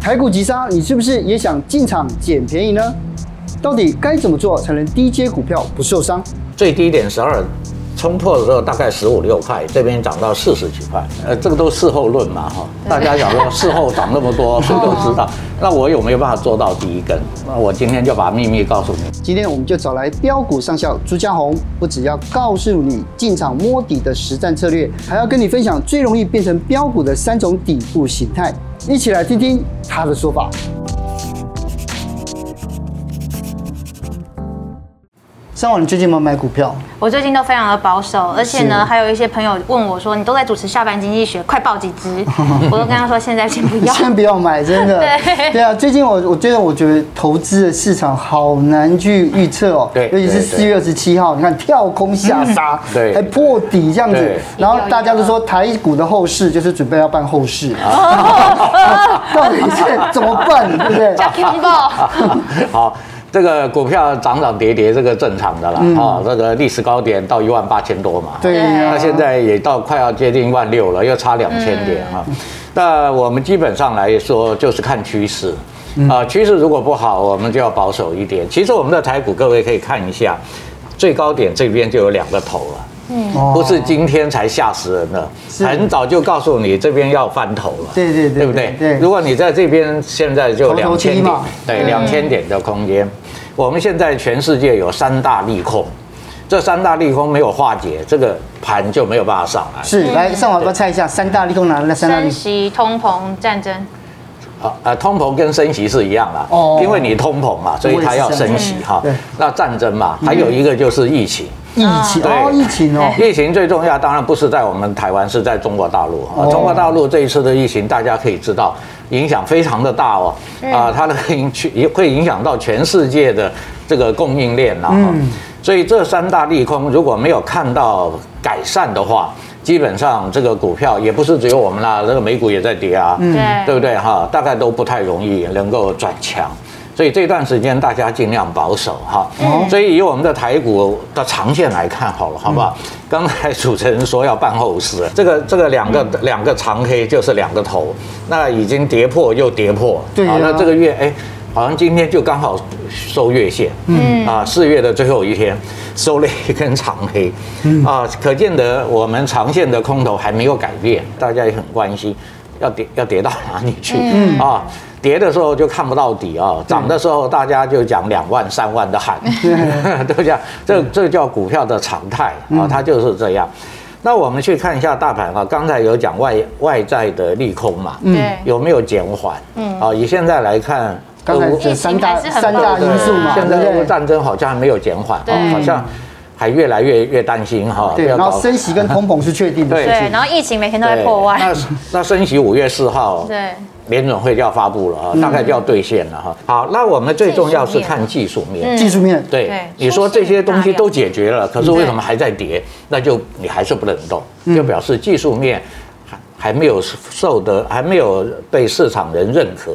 台股急杀，你是不是也想进场捡便宜呢？到底该怎么做才能低接股票不受伤？最低点十二，冲破的时候大概十五六块，这边涨到四十几块，呃，这个都事后论嘛哈。大家想说事后涨那么多，谁都知道。那我有没有办法做到第一根？那我今天就把秘密告诉你。今天我们就找来标股上校朱家红，不只要告诉你进场摸底的实战策略，还要跟你分享最容易变成标股的三种底部形态。一起来听听他的说法。上网你最近有没有买股票？我最近都非常的保守，而且是呢，还有一些朋友问我说，你都在主持下班经济学，快报几只？ 我都跟他说现在先不 要。先不要买，真的。 对啊，最近我我觉得我觉得投资的市场好难去预测哦，对尤其是对嗯四月二十七号，你看跳空下杀，对还破底这样子对，然后大家都说台股的后市就是准备要办后市，哦 到底是怎么办，对不 对？加 Q 报， 好，这个股票涨涨跌跌，这个正常的啦。哦，这个历史高点到一万八千多嘛。嗯对呀那，现在也到快要接近万六了，又差两千点啊。嗯那我们基本上来说就是看趋势。嗯啊，趋势如果不好，我们就要保守一点。其实我们的台股，各位可以看一下，最高点这边就有两个头了。哦不是今天才吓死人的，是很早就告诉你这边要翻头了。对对对对不对？对如果你在这边现在就头头两低千点嘛，对，两千点的空间。我们现在全世界有三大利空，这三大利空没有化解，这个盘就没有办法上来。是来上网要猜一下三大利空哪那三大利升？息、通膨、战争，啊啊，通膨跟升息是一样啦，哦嗯因为你通膨嘛，所以它要升息哈对。那战争嘛，还有一个就是疫情。疫情对哦，疫情哦， 疫情最重要，当然不是在我们台湾，是在中国大陆。啊哦中国大陆这一次的疫情，大家可以知道，影响非常的大哦。啊，它的影也会影响到全世界的这个供应链呐、哈嗯所以这三大利空如果没有看到改善的话，基本上这个股票也不是只有我们啦，这个美股也在跌啊。嗯对对不对哈？大概都不太容易能够转强，所以这段时间大家尽量保守哈。嗯所以以我们的台股的长线来看好了，好不好？嗯刚才主持人说要办后市，这个这个两个两个长黑就是两个头，那已经跌破又跌破，对呀好那这个月哎。好像今天就刚好收月线，嗯啊，四月的最后一天收了一根长黑，啊，可见得我们长线的空头还没有改变，大家也很关心，要跌要跌到哪里去？嗯啊，跌的时候就看不到底啊，涨的时候大家就讲两万三万的喊， 对不对？这这叫股票的常态啊，它就是这样。那我们去看一下大盘啊，刚才有讲外外在的利空嘛，对有没有减缓？嗯啊，以现在来看，刚才俄乌这三大疫情还是很三大爆因炸素嘛，现对在俄乌不对？战争好像还没有减缓，对好像还越来越越担心哈。对，不要然搞后升息跟通膨是确定的对事对，情，然后疫情每天都在对破万，那那升息五月四号，对，联准会就要发布了啊，嗯大概就要兑现了哈。好，那我们最重要是看技术面。技术面对对，你说这些东西都解决了，可是为对什么还在跌？那就你还是不能动，就表示技术面还还没有受得，还没有被市场人认可，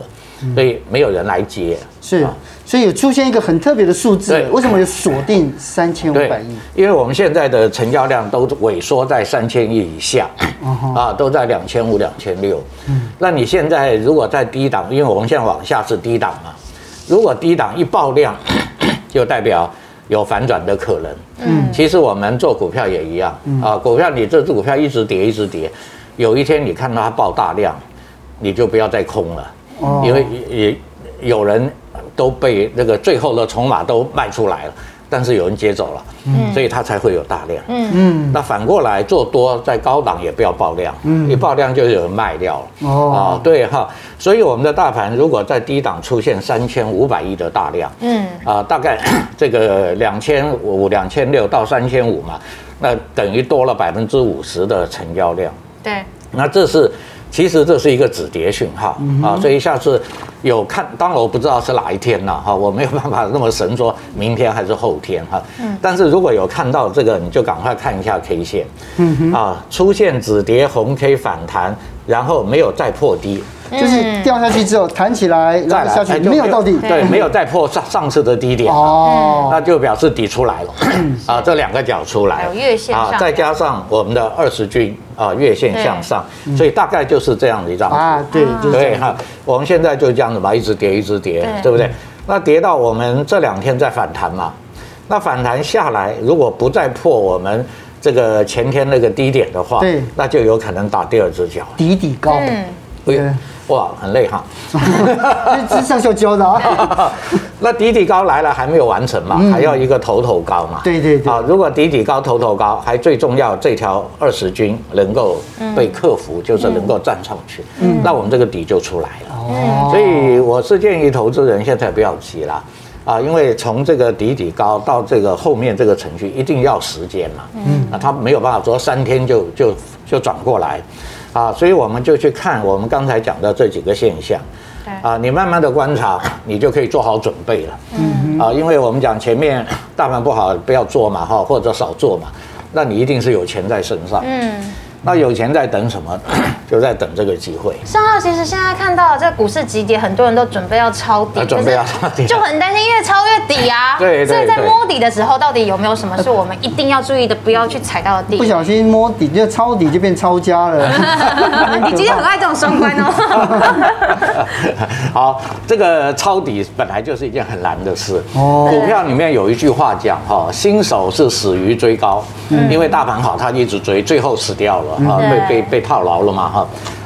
所以没有人来接。是啊，所以有出现一个很特别的数字对，为什么有锁定三千五对百亿？，因为我们现在的成交量都萎缩在三千亿以下，嗯啊，都在两千五、两千六。那你现在如果在低档，因为我们现在往下是低档嘛，如果低档一爆量， 就代表有反转的可能。嗯，其实我们做股票也一样嗯啊，股票你这只股票一直跌，一直跌，有一天你看到它爆大量，你就不要再空了，哦因为也也有人都被那个最后的筹码都卖出来了，但是有人接走了，所以它才会有大量。嗯，那反过来做多，在高档也不要爆量，一爆量就有人卖掉了。哦啊，对哈，所以我们的大盘如果在低档出现三千五百亿的大量，嗯，啊，大概 这个两千五、两千六到三千五嘛，那等于多了百分之五十的成交量。对，那这是，其实这是一个止跌讯号、嗯啊，所以下次有看，当然我不知道是哪一天了、哈、我没有办法那么神说明天还是后天哈、嗯但是如果有看到这个，你就赶快看一下 K 嗯线，啊，出现止跌红 K 反弹，然后没有再破低，嗯就是掉下去之后弹起来，再然后来下去哎就没有到底。嗯对，没有再破上上次的低点。哦，嗯那就表示底出来了啊，这两个角出来还有月线上啊，再加上我们的二十均啊月线向上，所以大概就是这样的一张嗯啊图。，嗯对，就是这对样。哈，我们现在就这样子嘛，一直跌，一直跌，对对不对？那跌到我们这两天在反弹嘛，那反弹下来，如果不再破我们这个前天那个低点的话对，那就有可能打第二只脚。哎底底高，嗯，对，哇，很累哈。 这是上校教的啊。那底底高来了还没有完成嘛，还要一个头头高嘛。嗯对对对啊，如果底底高头头高，还最重要这条二十均能够被克嗯服，就是能够站上去，那我们这个底就出来了。哦所以我是建议投资人现在不要急啦。啊，因为从这个底底高到这个后面这个程序，一定要时间嘛。嗯，啊，他没有办法说三天就就就转过来，啊，所以我们就去看我们刚才讲的这几个现象对。啊，你慢慢的观察，你就可以做好准备了。嗯，啊，因为我们讲前面大盘不好，不要做嘛，哈，或者少做嘛，那你一定是有钱在身上。嗯，那有钱在等什么？ 就在等这个机会。上号其实现在看到这股市急跌，很多人都准备要抄底，啊准备要抄底啊可是就很担心越抄越底啊。对对所以在对摸底的时候，到底有没有什么是我们一定要注意的，不要去踩到的地不？小心摸底就抄底就变抄家了， 啊你今天很爱这种双关哦。 好，这个抄底本来就是一件很难的事。哦哦，股票里面有一句话讲哈，新手是死于追高，因为大盘好，他一直追，最后死掉了哈，嗯被被被套牢了嘛哈。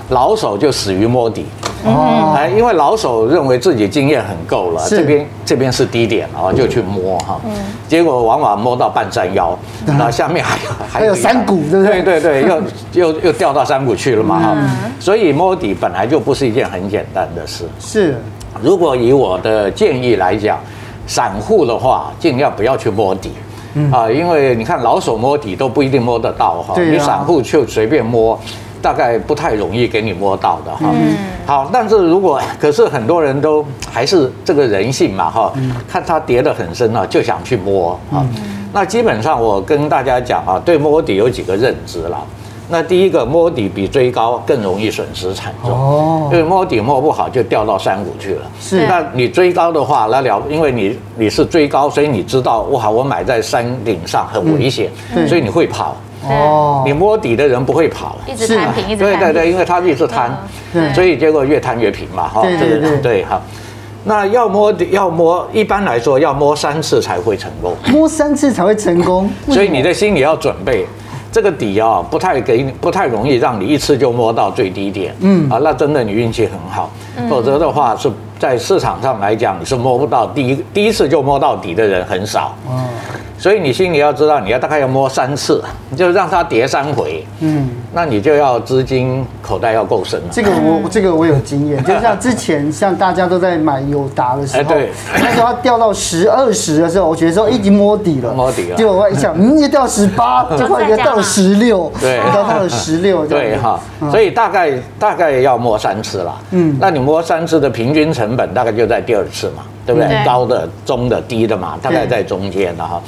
老手就死于摸底，哦哎，因为老手认为自己经验很够了，是嗯这边这边是低点啊，就去摸哈，结果往往摸到半山腰，然后下面还 有嗯还有山谷对不对嗯对对， 又又又掉到山谷去了嘛哈，所以摸底本来就不是一件很简单的事。是如果以我的建议来讲，散户的话，尽量不要去摸底。啊、因为你看老手摸底都不一定摸得到哈，嗯对啊你散户就随便摸，大概不太容易给你摸到的哈。嗯好，但是如果可是很多人都还是这个人性嘛哈，嗯看它跌得很深啊，就想去摸啊。那基本上我跟大家讲啊，对摸底有几个认知啦。那第一个摸底比追高更容易损失惨重，哦因为摸底摸不好就掉到山谷去了。是那你追高的话，那了，因为你你是追高，所以你知道哇，我买在山顶上很危险，对嗯所以你会跑。嗯哦你，摸底的人不会跑，一直摊平，一直嗯对摊对平。对，因为他一直贪，对所以结果越贪越平嘛，哈对对这个对对哈。那要摸底要摸，一般来说要摸三次才会成功，摸三次才会成功，所以你的心里要准备。这个底啊，不太给你，不太容易让你一次就摸到最低点。嗯啊，那真的你运气很好，否则的话是在市场上来讲，你是摸不到第一第一次就摸到底的人很少。哦，所以你心里要知道，你要大概要摸三次，就让它跌三回。嗯。那你就要资金口袋要够深了。这个我这个我有经 验，就像之前像大家都在买友达的时哎候对，那时候它掉到十二十的时候，我觉得说已经摸底了，摸底了结果我一想，嗯，又掉十 八，结果又到了十六，对又到了十六，对哈，所以大概大概要摸三次啦。嗯嗯，那你摸三次的平均成本大概就在第二次嘛，对不对？对高的、中的、低的嘛，大概在中间了哈。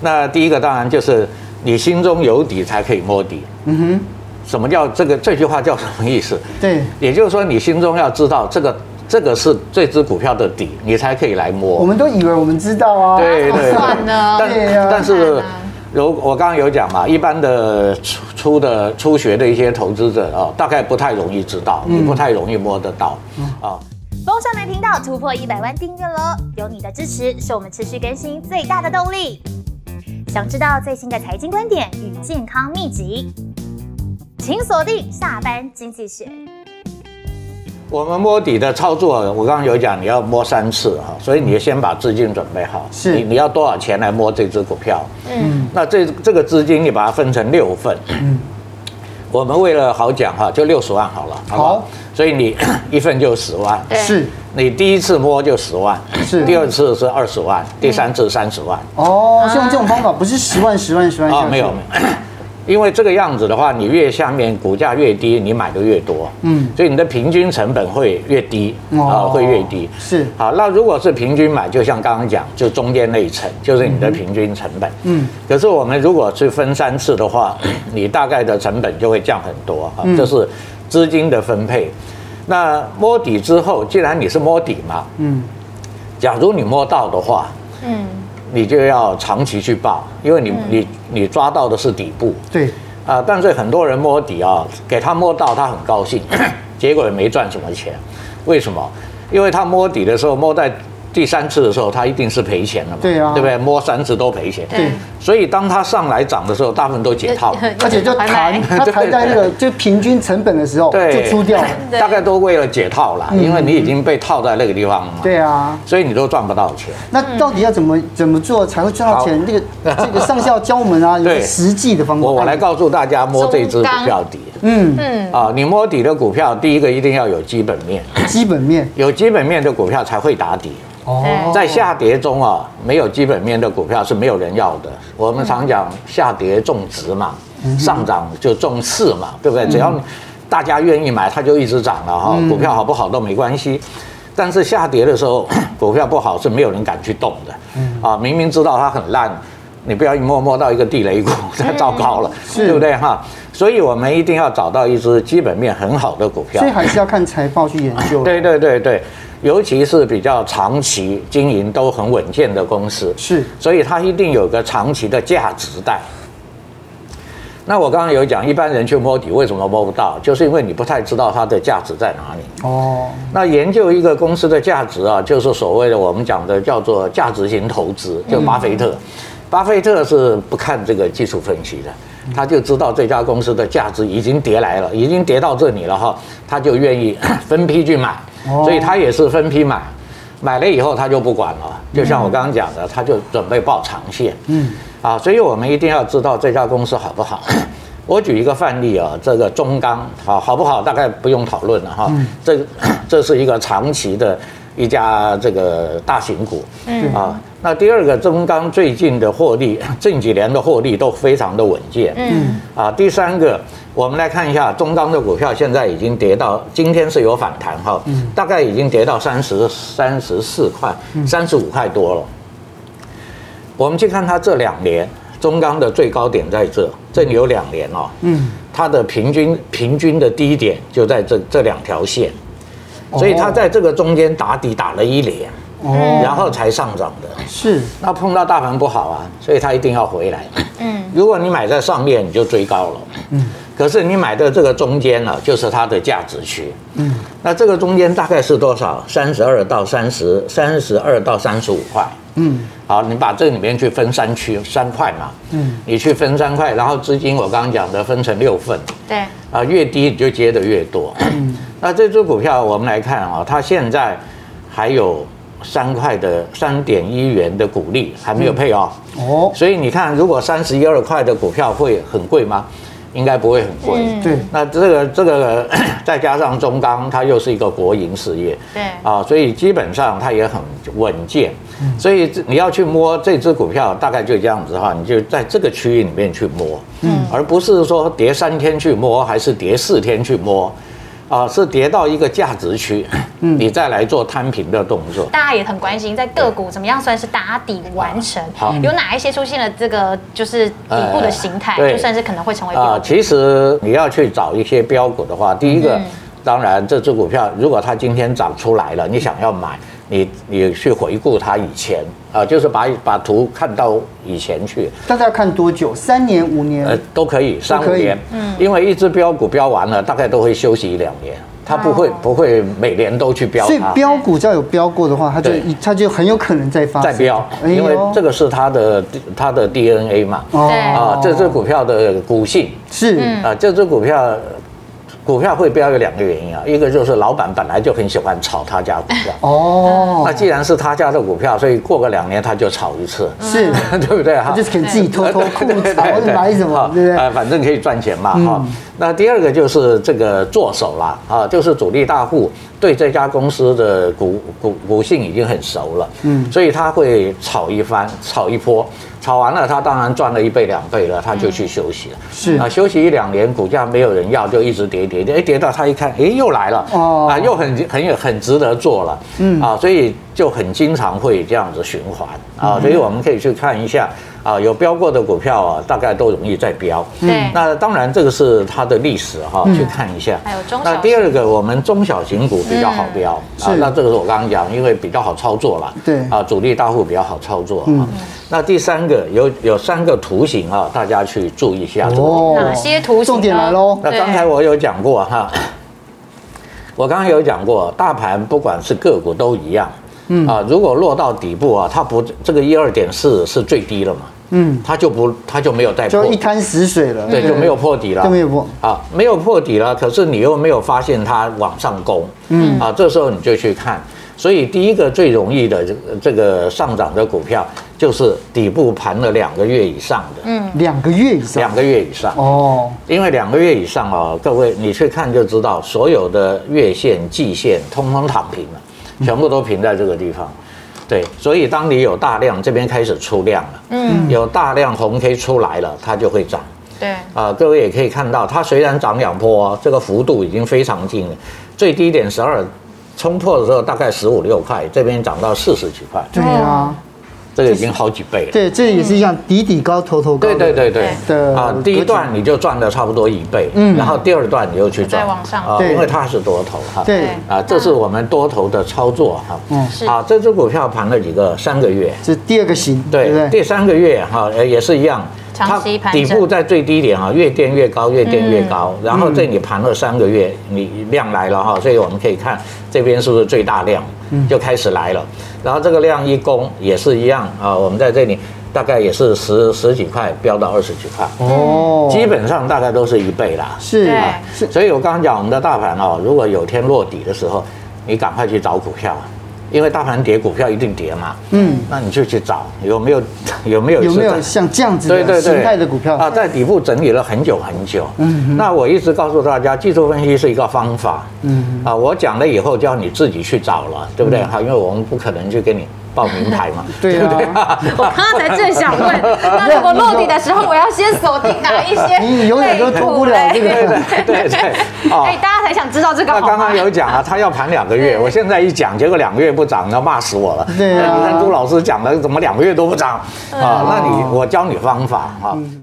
那第一个当然就是你心中有底才可以摸底。嗯哼，什么叫这个？这句话叫什么意思？对，也就是说，你心中要知道这个这个是这只股票的底，你才可以来摸。我们都以为我们知道啊，对哦怎么对，算呢但对呀但很是难啊，如我刚刚有讲嘛，一般的初初的初学的一些投资者啊、大概不太容易知道，嗯也不太容易摸得到啊。风尚媒频道突破一百万订阅喽！有你的支持是我们持续更新最大的动力。想知道最新的财经观点与健康秘籍，请锁定下班经济学。我们摸底的操作，我刚刚有讲，你要摸三次哈，所以你先把资金准备好，是你你要多少钱来摸这只股票？嗯，那这这个资金你把它分成六份，我们为了好讲哈，就六十万好了，好不好？好所以你 一份就十万，对是你第一次摸就十万，是嗯第二次是二十万，第三次三十万。哦，像这种方法不是十万十万十万下啊、去没有，没有 因为这个样子的话，你越下面股价越低，你买的越多，嗯所以你的平均成本会越低，啊、哦会越低。是好，那如果是平均买，就像刚刚讲，就中间那一层，就是你的平均成本。嗯，可是我们如果是分三次 的话，你大概的成本就会降很多啊，嗯这是资金的分配。那摸底之后，既然你是摸底嘛，嗯，假如你摸到的话，嗯，你就要长期去报，因为你、你你抓到的是底部对，啊、但是很多人摸底啊，给他摸到他很高兴， 结果也没赚什么钱，为什么？因为他摸底的时候摸在第三次的时候，他一定是赔钱了嘛，对啊对不对？摸三次都赔钱，对，所以当他上来涨的时候，大部分都解套了。而且就还谈买它谈在 那个就平均成本的时候对，就出掉了，嗯对大概都为了解套啦，因为你已经被套在那个地方了嘛，对啊。所以你都赚不到钱。那到底要怎么怎么做才会赚到钱？这 个这个上校教我们啊，有对个实际的方法。我我来告诉大家摸这只股票底嗯，嗯，啊，你摸底的股票，第一个一定要有基本面，基本面有基本面的股票才会打底。哦，在下跌中啊，没有基本面的股票是没有人要的。我们常讲下跌种植嘛，嗯上涨就种刺嘛，对不对？只要大家愿意买，它就一直涨了嗯哈。股票好不好都没关系，但是下跌的时候， 股票不好是没有人敢去动嗯的。啊，明明知道它很烂，你不要一摸摸到一个地雷股， 太糟糕了，嗯是对不对哈？所以我们一定要找到一只基本面很好的股票所以。还是要看财报去研究。对对对对，尤其是比较长期经营都很稳健的公司，是所以它一定有个长期的价值带。那我刚刚有讲，一般人去摸底为什么摸不到，就是因为你不太知道它的价值在哪里。哦，那研究一个公司的价值啊，就是所谓的我们讲的叫做价值型投资，就巴菲特。巴菲特是不看这个技术分析的，他就知道这家公司的价值已经跌来了，已经跌到这里了哈，他就愿意 分批去买，哦所以他也是分批买，买了以后他就不管了，就像我刚刚讲的，他就准备报长线。嗯，啊，所以我们一定要知道这家公司好不好。我举一个范例啊，这个中钢好好不好？大概不用讨论了哈。这这是一个长期的一家这个大型股，嗯啊。那第二个，中钢最近的获利， 近几年的获利都非常的稳健，嗯啊。第三个，我们来看一下中钢的股票，现在已经跌到今天是有反弹哈，大概已经跌到三十三十四块，三十五块多了。我们去看它这两年中钢的最高点在这，这里有两年哦，嗯，它的平均平均的低点就在这这两条线，所以它在这个中间打底打了一年，哦，然后才上涨的。是那碰到大盘不好啊，所以它一定要回来。嗯，如果你买在上面，你就追高了。嗯，可是你买的这个中间呢、就是它的价值区。嗯，那这个中间大概是多少？三十二到三十三十二到三十五块。嗯，好，你把这里面去分三区三块嘛。嗯，你去分三块，然后资金我刚刚讲的分成六份。对，啊，越低你就接的越多。那这只股票我们来看啊、它现在还有三块的三点一元的股利还没有配哦。哦，所以你看，如果三十一二块的股票会很贵吗？应该不会很贵。嗯对，那这个这个 再加上中钢，它又是一个国营事业，对啊，所以基本上它也很稳健。所以这你要去摸这只股票，大概就这样子哈，你就在这个区域里面去摸，嗯，而不是说跌三天去摸，还是跌四天去摸，啊，是跌到一个价值区，你再来做摊平的动作。大家也很关心，在个股怎么样算是打底完成？好有哪一些出现了这个就是底部的形态，呃对就算是可能会成为啊、标的。其实你要去找一些标股的话，第一个，嗯当然这只股票如果它今天涨出来了，你想要买，你你去回顾它以前啊、就是把把图看到以前去，大家要看多久？三年、五呃年？，都可以三都五可以年，嗯，因为一只标股标完了，大概都会休息一两年，它不会、哦不会每年都去标所以它。标股只要有标过的话，它就对它就很有可能再发再生。哎标，因为这个个是它的它的 DNA 嘛，哦啊，这只股票的股性，嗯是，啊，这只股票，股票会飙有两个原因啊，一个就是老板本来就很喜欢炒他家股票哦那，嗯既然是他家的股票，所以过个两年他就炒一次，是， 对不 对哈？他就是可以自己偷偷库藏或者买什么啊，对嗯不对？啊反正可以赚钱嘛哈。那第二个就是这个做手啦，啊，就是主力大户对这家公司的股股股性已经很熟了，嗯嗯，所以他会炒一番，炒一波，炒完了他当然赚了一倍两倍了，他就去休息了。嗯是啊，休息一两年，股价没有人要，就一直跌跌跌，哎，跌到他一看，哎，又来了，哦啊，又很很有很值得做了，嗯啊，所以就很经常会这样子循环啊，所以我们可以去看一下啊，有飙过的股票啊，大概都容易再飙。嗯对嗯那当然这个是它的历史哈、去看一下。还有中小那第二个，我们中小型股比较好标、啊嗯是，那这个是我刚刚讲，因为比较好操作啦。对嗯啊，主力大户比较好操作啊。那第三个有有三个图形啊，大家去注意一哦下这个地方哪些图形呢啊重点来喽，那对刚才我有讲过哈，我刚刚有讲过，大盘不管是个股都一样，嗯啊，如果落到底部啊，它不这个一二点四是最低了嘛，嗯，它就不它就没有再就破一，滩死水了，对，就没有破底了，就没有破啊，没有破底了，可是你又没有发现它往上攻，嗯啊，这时候你就去看。所以第一个最容易的这这个上涨的股票，就是底部盘了两个月以上的，嗯，两个月以上两，个月以上，哦，因为两个月以上啊、各位你去看就知道，所有的月线、季线通通躺平了，全部都平在这个地方。对，所以当你有大量这边开始出量了，嗯，有大量红 K 出来了，它就会涨。对，啊、各位也可以看到，它虽然涨两波、哦，这个幅度已经非常近了，最低点十二冲破的时候大概十五六块，这边涨到四十几块，对啊，这个已经好几倍了。对，这也是一样，底底高，头头高对的，对对对对啊的，第一段你就赚了差不多一倍，嗯，然后第二段你又去赚，再往上啊，对因为它是多头哈，对啊，这是我们多头的操作哈，嗯是啊，这只股票盘了几个三个月，这第二个型，对不对，对？第三个月哈，呃也是一样。长期盘整嗯底部在最低点啊，越垫越高，越垫越高。然后这里盘了三个月，你量来了哈，所以我们可以看这边是不是最大量，嗯就开始来了。然后这个量一攻也是一样啊，我们在这里大概也是十十几块飙到二十几块，哦，基本上大概都是一倍啦。是对是，所以我刚刚讲我们的大盘哦，如果有天落底的时候，你赶快去找股票，啊因为大盘跌，股票一定跌嘛。嗯，那你就去找有没有有没有有没是在有像这样子对对的对形态的股票啊，？在底部整理了很久很久。嗯，那我一直告诉大家，技术分析是一个方法。嗯，啊，我讲了以后，就要你自己去找了，对不嗯对？好，因为我们不可能去给你报名牌 嘛。对啊，我刚刚才正想 问，那如果落地的时候，我要先锁定哪一些？你永远都脱不了这个对对对对 啊哎，大家才想知道这个那好吗刚刚有讲啊，他要盘两个月，我现在一讲，结果两个月不涨，那骂死我了。对啊你看朱老师讲的，怎么两个月都不涨啊？那你我教你方法啊。嗯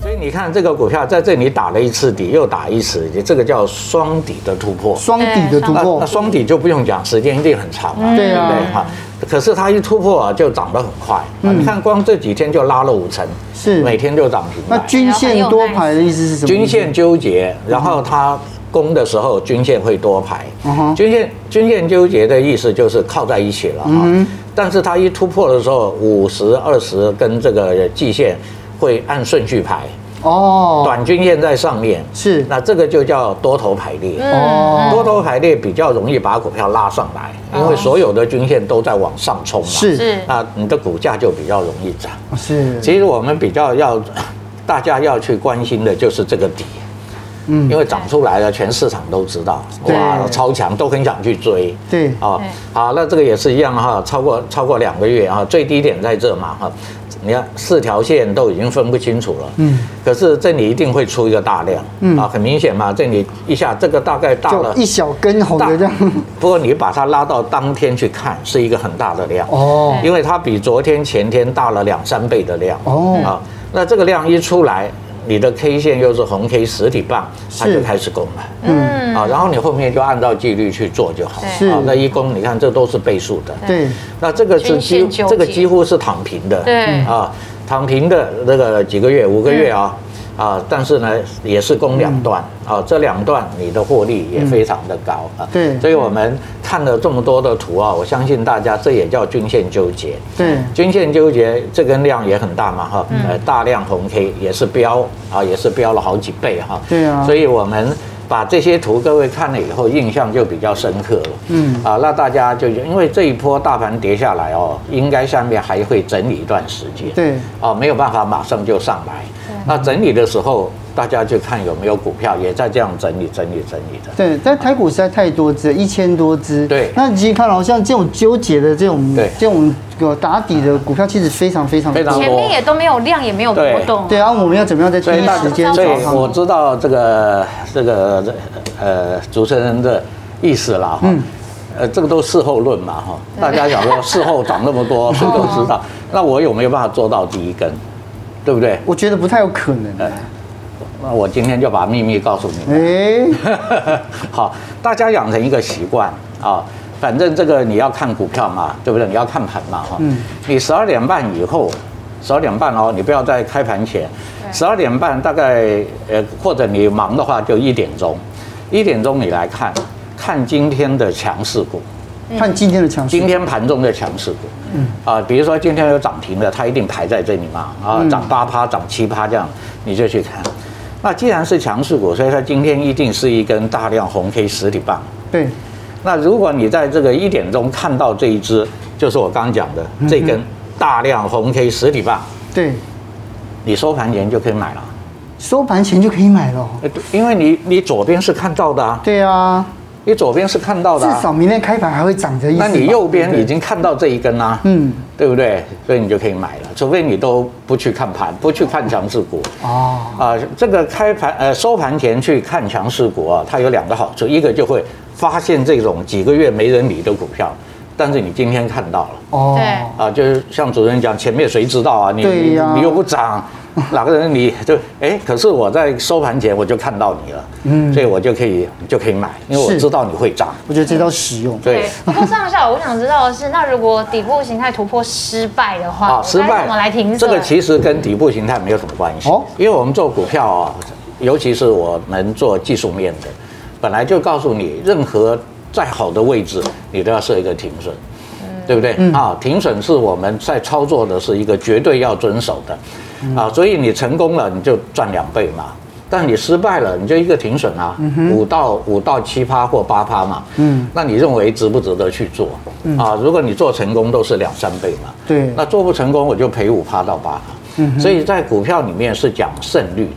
所以你看这个股票在这里打了一次底，又打一次底，这个叫双底的突破。双底的突那破那，双底就不用讲，时间一定很长啊，对啊不对哈？可是它一突破啊，就涨得很快。啊你看光这几天就拉了五成，嗯是每天就涨停那板。均线多排的意思是什么？均线，纠结，然后它攻的时候均线会多排。嗯哼均线均线纠结的意思就是靠在一起了嗯哈、但是它一突破的时候，五十、二十跟这个季线会按顺序排，哦，短均线在上面。是那这个就叫多头排列。哦多头排列比较容易把股票拉上来，因为所有的均线都在往上冲嘛。是是那你的股价就比较容易涨。是，其实我们比较要大家要去关心的就是这个底，嗯因为涨出来了，全市场都知道，对哇，超强，都很想去追。对啊对，好，那这个也是一样哈，超过超过两个月啊，最低点在这嘛哈，你看四条线都已经分不清楚了，嗯，可是这里一定会出一个大量，嗯啊，很明显嘛，这里一下这个大概大就了一小根红大的这样，不过你把它拉到当天去看，是一个很大的量，哦因为它比昨天、前天大了两三倍的量。哦啊，那这个量一出来，你的 K 线又是红 K 实体棒，它是就开始攻了。嗯，啊，然后你后面就按照纪律去做就好。是啊，那一攻你看这都是倍数的。对，那这个是几均线纠结这个几乎是躺平的。对啊，躺平的那个几个月五个月啊。啊，但是呢，也是攻两段嗯啊，这两段你的获利也非常的高啊。对所以我们看了这么多的图啊，我相信大家这也叫均线纠结。对，均线纠结这根量也很大嘛哈，嗯呃，大量红 K 也是标啊，也是标了好几倍哈。对啊所以我们把这些图各位看了以后，印象就比较深刻了。嗯啊，那大家就因为这一波大盘跌下来哦，应该下面还会整理一段时间。对啊，没有办法马上就上来。那整理的时候，大家就看有没有股票也在这样整理、整理、整理的。对，但台股实在太多只，一千多只。对那你其实看好像这种纠结的这种对这种有打底的股票，其实非常非常非常前面也都没有量，也没有波动，对啊，我们要怎么样在第所以一大时间所以找我上？知道这个这个呃主持人的意思了哈。嗯呃，这个都事后论嘛哈，大家想说事后涨那么 多，谁都知道，那我有没有办法做到第一根，对不对？我觉得不太有可能。啊呃那我今天就把秘密告诉你们。哎， 好，大家养成一个习惯啊，反正这个你要看股票嘛，对不对？你要看盘嘛，哈、嗯你十二点半以后，十二点半哦，你不要在开盘前，十二点半大概呃，或者你忙的话就一点钟，一点钟你来看，看今天的强势股。哎看今天的强势今，天盘中的强势股，嗯啊，比如说今天有涨停的，它一定排在这里嘛，啊，嗯涨八趴、涨七趴这样，你就去看。那既然是强势股，所以它今天一定是一根大量红 K 实体棒。对，那如果你在这个一点钟看到这一只，就是我刚刚讲的嗯这根大量红 K 实体棒，对，你收盘前就可以买了，收盘前就可以买了哦。呃因为你你左边是看到的啊，对啊，你左边是看到至的、啊，少明天开盘还会涨的意思那吧。你右边对已不对经看到这一根啦、嗯对不对？所以你就可以买了，除非你都不去看盘，不去看强势股。哦，啊、这个开盘呃收盘前去看强势股啊，它有两个好处，一个就会发现这种几个月没人理的股票，但是你今天看到了哦，啊、就是像主持人讲，前面谁知道啊？你对你呀你又不涨，哪个人理就哎？可是我在收盘前我就看到你了，嗯所以我就可以就可以买，因为我是知道你会涨，我觉得这招实用。对。不过上下，我想知道的是，那如果底部形态突破失败的话，啊，失我该败怎么来停损？这个其实跟底部形态没有什么关系。哦因为我们做股票啊，尤其是我们做技术面的，本来就告诉你，任何再好的位置，你都要设一个停损。嗯对不对、嗯啊？停损是我们在操作的是一个绝对要遵守的，嗯啊，所以你成功了你就赚两倍嘛，但你失败了你就一个停损啊，五、到五到七趴或八趴嘛，嗯那你认为值不值得去做、啊？如果你做成功都是两三倍嘛，对那做不成功我就赔五趴到八趴，所以在股票里面是讲胜率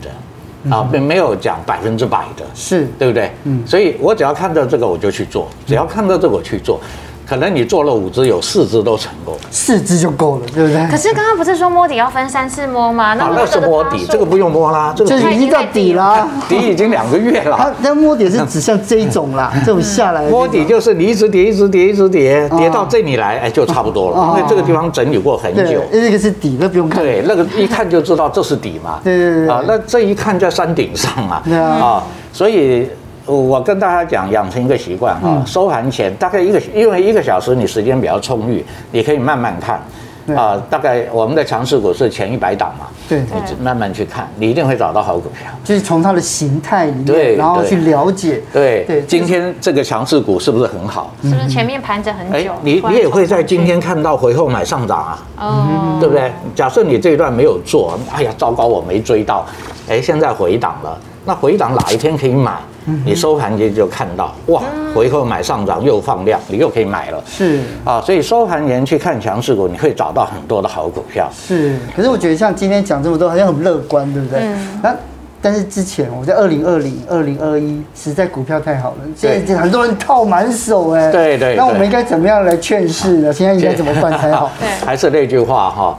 的，啊，并没有讲百分之百的，是对不对？嗯，所以我只要看到这个我就去做，只要看到这个我去做，可能你做了五只，有四只都成功。四只就够了，对不可对？是刚刚不是说摸底要分三次摸吗？啊，摸那是摸底，这个不用摸啦，这个这底已经到底啦，底已经两个月它了。它摸点是指向这一种 啦，这种下来的地方摸底就是你一直跌，一直跌，一直跌，跌到这里来，哎，就差不多哦了，因为这个地方整理过很对久，。那个是底，那不 用看。对，那个一看就知道这是底嘛。对对对对啊，那这一看在山顶上啊。对啊所以我跟大家讲，养成一个习惯嗯哈，收盘前大概一个，因为一个小时你时间比较充裕，你可以慢慢看。对啊、大概我们的强势股是前一百档嘛，对你只慢慢去看，你一定会找到好股票。就是从它的形态里面，对然后对去了解。对，对，今天这个强势股是不是很好？是不是前面盘整很哎久？，你突然你也会冲在上去今天看到回后买上涨啊。哦，对不对？假设你这一段没有做，哎呀，糟糕，我没追到，哎，现在回档了，那回档哪一天可以买？你收盘前就看到，哇，回后买上涨又放量，你又可以买了。是啊，所以收盘前去看强势股，你会找到很多的好股票。是，可是我觉得像今天讲这么多，好像很乐观，对不对？那但是之前我在二零二零、二零二一，实在股票太好了，现在对很多人套满手哎。对对那我对们应该怎么样来劝世呢？现在应该怎么办才好？对 还是那句话哈，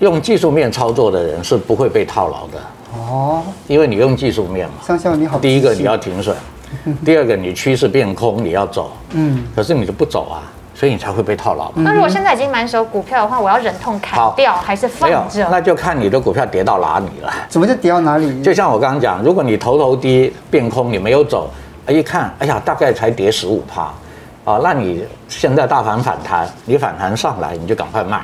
用技术面操作的人是不会被套牢的，哦，因为你用技术面嘛。上校你好，第一个你要 停损，第二个你趋势变空你要走，嗯，可是你就不走啊，所以你才会被套牢嘛。那如果现在已经满手股票的话，我要忍痛砍好掉，还是没有放，着？那就看你的股票跌到哪里了。怎么就跌到哪里？就像我刚刚讲，如果你头头低变空，你没有走，一看，哎呀，大概才跌十五趴，啊，那你现在大盘反弹，你反弹上来，你就赶快卖，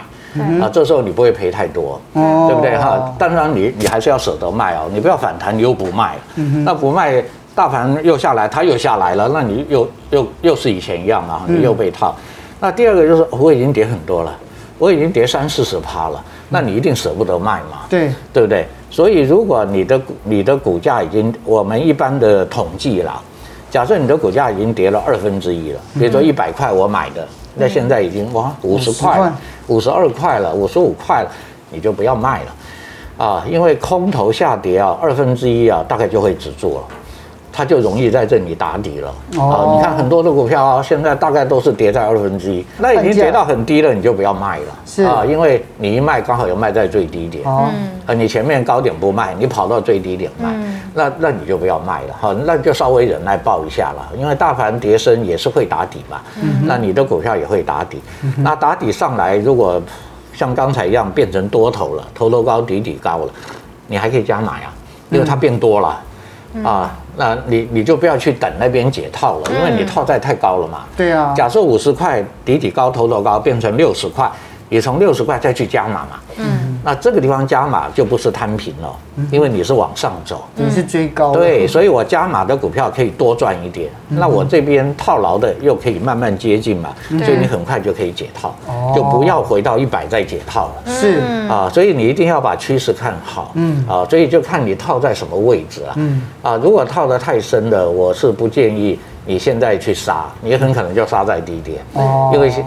啊，这时候你不会赔太多，哦对不对哈？当然你你还是要舍得卖哦，你不要反弹你又不卖，那不卖。大盘又下来，它又下来了，那你又又又是以前一样啊，你又被套。那第二个就是我已经跌很多了，我已经跌三四十趴了，那你一定舍不得卖嘛。对，对不对？所以如果你的股你的股价已经，我们一般的统计啦，假设你的股价已经跌了二分之一了，比如说一百块我买的，那现在已经哇五十块了、嗯五十二块了、五十五块了，你就不要卖了。啊，因为空头下跌啊，二分之一啊，大概就会止住了。它就容易在这里打底了。哦啊，你看很多的股票啊，现在大概都是跌在二分之一，那已经跌到很低了，你就不要卖了。是啊，因为你一卖刚好又卖在最低点。哦，啊，你前面高点不卖，你跑到最低点卖，那那你就不要卖了哈，那就稍微忍耐抱一下了，因为大盘跌升也是会打底嘛，那你的股票也会打底，那打底上来如果像刚才一样变成多头了，头头高底底高了，你还可以加码呀，因为它变多了。啊，那你你就不要去等那边解套了，因为你套在太高了嘛。对啊假设五十块底底高头头高变成六十块，你从六十块再去加码嘛。嗯。那这个地方加码就不是摊平了，嗯因为你是往上走。你是追高的，对，所以我加码的股票可以多赚一点，嗯那我这边套牢的又可以慢慢接近嘛，所以你很快就可以解套哦，就不要回到一百再解套了。是啊，所以你一定要把趋势看好，嗯啊，所以就看你套在什么位置啊，嗯啊，如果套得太深了，我是不建议你现在去杀，你很可能就杀在低点，哦因为是。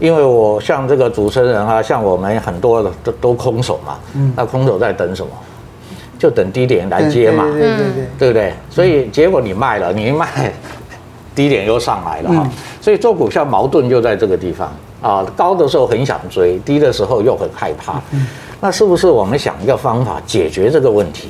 因为我像这个主持人啊，像我们很多的都都空手嘛，那空手在等什么？就等低点来嗯对接嘛，对对对对，对不对？所以结果你卖了，你一卖，低点又上来了哈、嗯所以做股票矛盾就在这个地方啊，高的时候很想追，低的时候又很害怕。嗯那是不是我们想一个方法解决这个问题？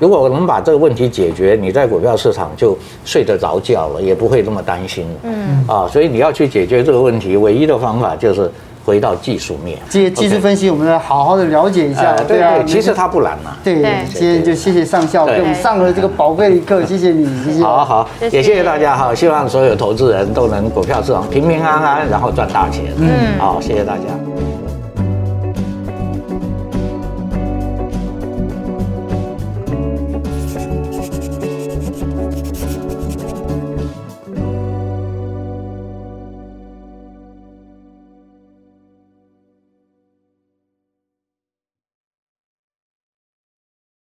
如果我能把这个问题解决，你在股票市场就睡得着觉了，也不会那么担心了。嗯啊，所以你要去解决这个问题，唯一的方法就是回到技术面，这些技术 OK 分析我们要好好的了解一下呃，对啊对，，其实它不难啊嘛、对对，今天就谢谢上校对给我们上了这个宝贵的一课，谢谢你，谢谢。好好，也谢谢大家哈，希望所有投资人都能股票市场平平安安，然后赚大钱。嗯，好，谢谢大家。